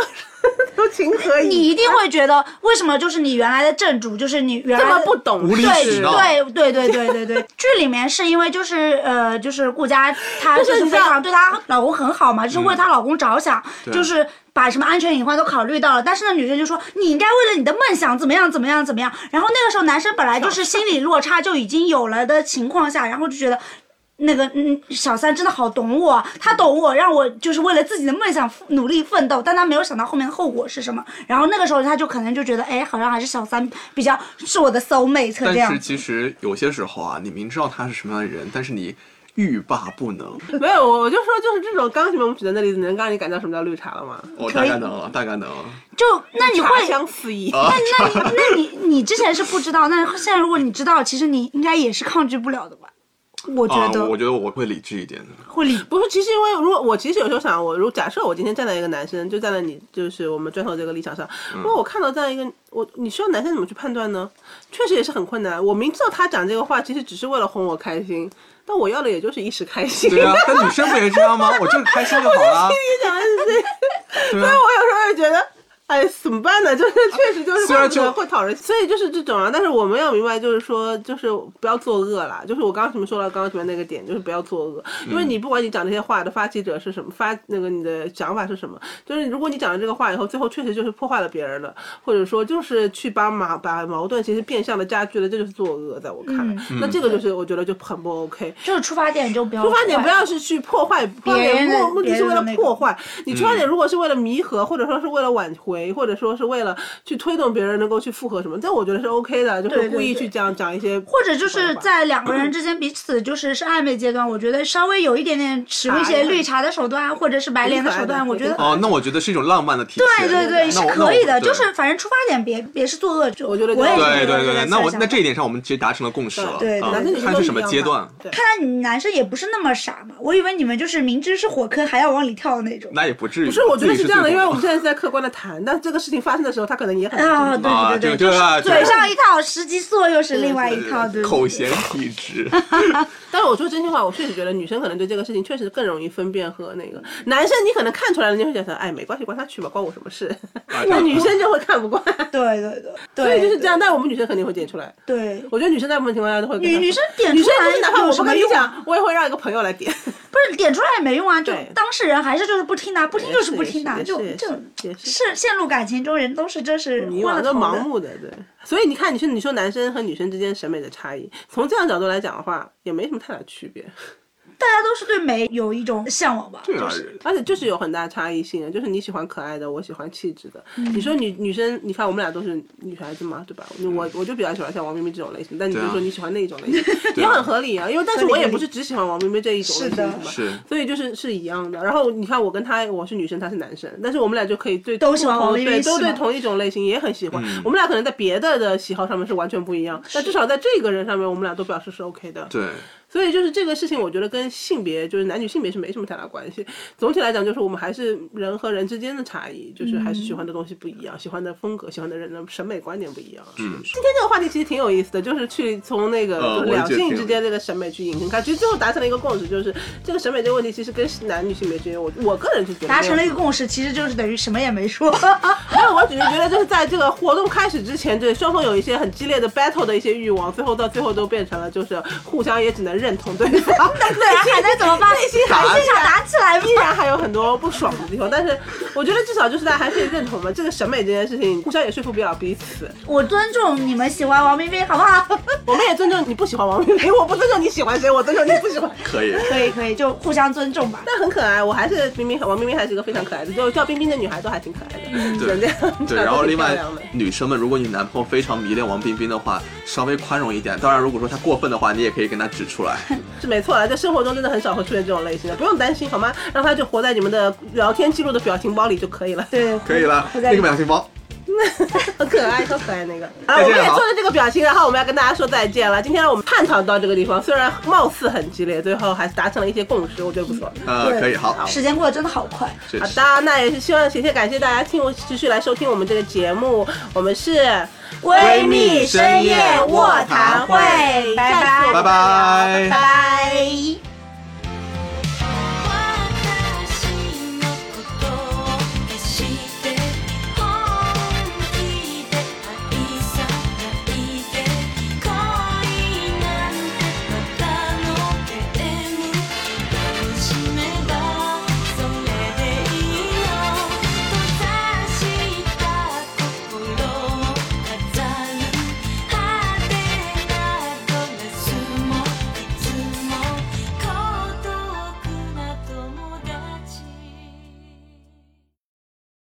都情何以？
你一定会觉得，为什么就是你原来的正主，就是你原来
这
的
么不懂
无理
事
取闹
对对对对对对，剧里面是因为就是呃，就是顾佳她就是
你知
非
道
常对她老公很好嘛，就是
嗯
为她老公着想，就是把什么安全隐患都考虑到了。但是呢，女生就说你应该为了你的梦想怎么样怎么样怎么样。然后那个时候男生本来就是心理落差就已经有了的情况下，然后就觉得。那个嗯，小三真的好懂我，他懂我，让我就是为了自己的梦想努力奋斗，但他没有想到后面的后果是什么。然后那个时候他就可能就觉得，哎，好像还是小三比较是我的 soul mate 这
但
样
是。其实有些时候啊，你明知道他是什么样的人，但是你欲罢不能。
没有，我我就说就是这种刚前面我们举的那例子，能让你感到什么叫绿茶了吗？
我、
可
哦大
以
概能了，大概能啊了。
就那你会，
茶香四溢。
哦
那那你那你你之前是不知道，那现在如果你知道，其实你应该也是抗拒不了的吧？我觉
啊，
得
我觉得我会理智一点的。
会理
不是，其实因为如果我其实有时候想，我如果假设我今天站在一个男生，就站在你就是我们砖头这个立场上，
嗯
如果我看到这样一个我，你需要男生怎么去判断呢？确实也是很困难。我明知道他讲这个话，其实只是为了哄我开心，但我要的也就是一时开心。
对啊，但女生不也是这样吗？我就是开心就好啦。
讲的是这个
对啊
但，我有时候也觉得。哎，怎么办呢？就是确实就是
虽然
会觉得
就
会讨人，所以就是这种啊。但是我们要明白，就是说，就是不要作恶啦。就是我刚刚前面说了，刚刚前面那个点，就是不要作恶，因为你不管你讲这些话的发起者是什么，发那个你的想法是什么，就是如果你讲了这个话以后，最后确实就是破坏了别人的，或者说就是去把矛把矛盾其实变相的加剧了，这就是作恶，在我看来，那这个就是我觉得就很不 OK。
就是出发点就不要
出发点
坏
不要是去破坏别
人的
目目的
哦别
是
人的
为了
那
嗯
个
破坏。你出发点如果是为了弥合，或者说是为了挽回，为，或者说是为了去推动别人能够去复合什么，这我觉得是 OK 的，就是
对对
故意
对
去讲讲一些，
或
或
者就是在两个人之间彼此就是是暧昧阶段，我觉得稍微有一点点使用一
哎
些绿茶的手段，或者是白莲的手段，
挺可爱的
我觉得
挺可爱的
哦，那我觉得是一种浪漫的体现。
对对对
那
是
我
可以的，
那我
就是反正出发点别别是作恶，
我觉得
我也
对
对对对
是这个
对对，
这
那
个
我
想
那
法
这一点上我们其实达成了共识了。
对对
啊
男的女的
看
都
是
一
什么
样
阶
嘛
段，
对。
看来你男生也不是那么傻嘛，我以为你们就是明知是火坑还要往里跳的那种。
那也不至于。
不是，我觉
自
得
己
是
是
这样的，
最
因为
懂
我们现在是在客观的谈，但这个事情发生的时候，他可能也很
啊，
震惊。
啊
对对对，
这个这个
就是嘴上一套，实际做又是另外一套，对对 对
口嫌体直。
但是我说真心话，我确实觉得女生可能对这个事情确实更容易分辨和
嗯
那个男生，你可能看出来了，你会觉得哎没关系，管他去吧，关我什么事？那女生就会看不惯，
对对对，
所以就是这样。
的，
但我们女生肯定会点出来，
对。对
我觉得女生大部分情况下都会跟
女
他
女生点
女
出
生
来
就是哪怕
有
我
什
不
么
跟你
用啊？
讲，我也会让一个朋友来 点。
不是点出来也没用啊，就
对
当事人还是就是不听的，不听就是
也
不听的，
也
就是就
也是
是陷入感情中人都是真是
迷
昏
惘，
了
都
头的
盲目的对。所以你看，你说你说男生和女生之间审美的差异，从这样角度来讲的话，也没什么太大区别。
大家都是对美有一种向往吧，
对啊
就，是
而且就是有很大差异性，啊就是你喜欢可爱的，我喜欢气质的。
嗯
你说女女生，你看我们俩都是女孩子嘛，对吧？我我就比较喜欢像王冰冰这种类型，但你就
嗯对啊
说你喜欢那 一种类型，
对
也
啊
很合理啊。因为但是我也
合理
不是只喜欢王冰冰这一种类
是
型，
的
是吧？
是
所以就是是一样的。然后你看我跟他，我是女生，他是男生，但是我们俩就可以对
都喜欢
不同
王冰冰
对，都
是
对
吗
同一种类型也很喜欢
嗯。
我们俩可能在别的的喜好上面是完全不一样，但至少在这个人上面，我们俩都表示是 OK 的。
对，
所以就是这个事情，我觉得跟性别就是男女性别是没什么太大关系。总体来讲，就是我们还是人和人之间的差异，就是还是喜欢的东西不一样，喜欢的风格、喜欢的人的审美观点不一样。
嗯，
今天这个话题其实挺有意思的，就是去从那个
呃
就
我
是
也
两
觉得
性
挺
之间这个审美去引申开，其实最后达成了一个共识，就是这个审美这个问题其实跟男女性别之间，我我个人是觉得
达成了一
个。
个共识，其实就是等于什么也 没说。
因为我只是觉得，就是在这个活动开始之前，对双方有一些很激烈的 battle 的一些欲望，最后到最后都变成了就是互相也只能认同对方。
对 啊，还能怎么办？内心还是想打起来吗？
依然还有很多不爽的地方，但是我觉得至少就是大家还是认同嘛，这个审美这件事情，互相也说服不了彼此。
我尊重你们喜欢王冰冰，好不好？
我们也尊重你不喜欢王冰冰，我不尊重你喜欢谁，我尊重你不喜欢。
可以。
可以可以，就互相尊重吧。
但很可爱，我还是冰冰，王冰冰还是一个非常可爱的，就叫冰冰的女孩都还挺可爱的，
嗯对
这样
对，然后另外
长得挺漂亮的
女生们，如果你男朋友非常迷恋王冰冰的话，稍微宽容一点。当然，如果说他过分的话，你也可以跟他指出来。
是没错啦，在生活中真的很少会出现这种类型的，不用担心好吗？让她就活在你们的聊天记录的表情包里就可以了。
对，
可以 了，
我在
那个表情包，
很可爱，超可爱那个。啊，
再
我
见
们也
好
做了这个表情，然后我们要跟大家说再见了。今天我们探讨到这个地方，虽然貌似很激烈，最后还是达成了一些共识，我觉得不错。
呃，
对
可以，好，
时间过得真的好快。
这
好
是
的，那也是希望谢谢感谢大家听我持续来收听我们这个节目，我们是
闺
蜜深夜卧谈会
拜拜
拜拜
拜拜。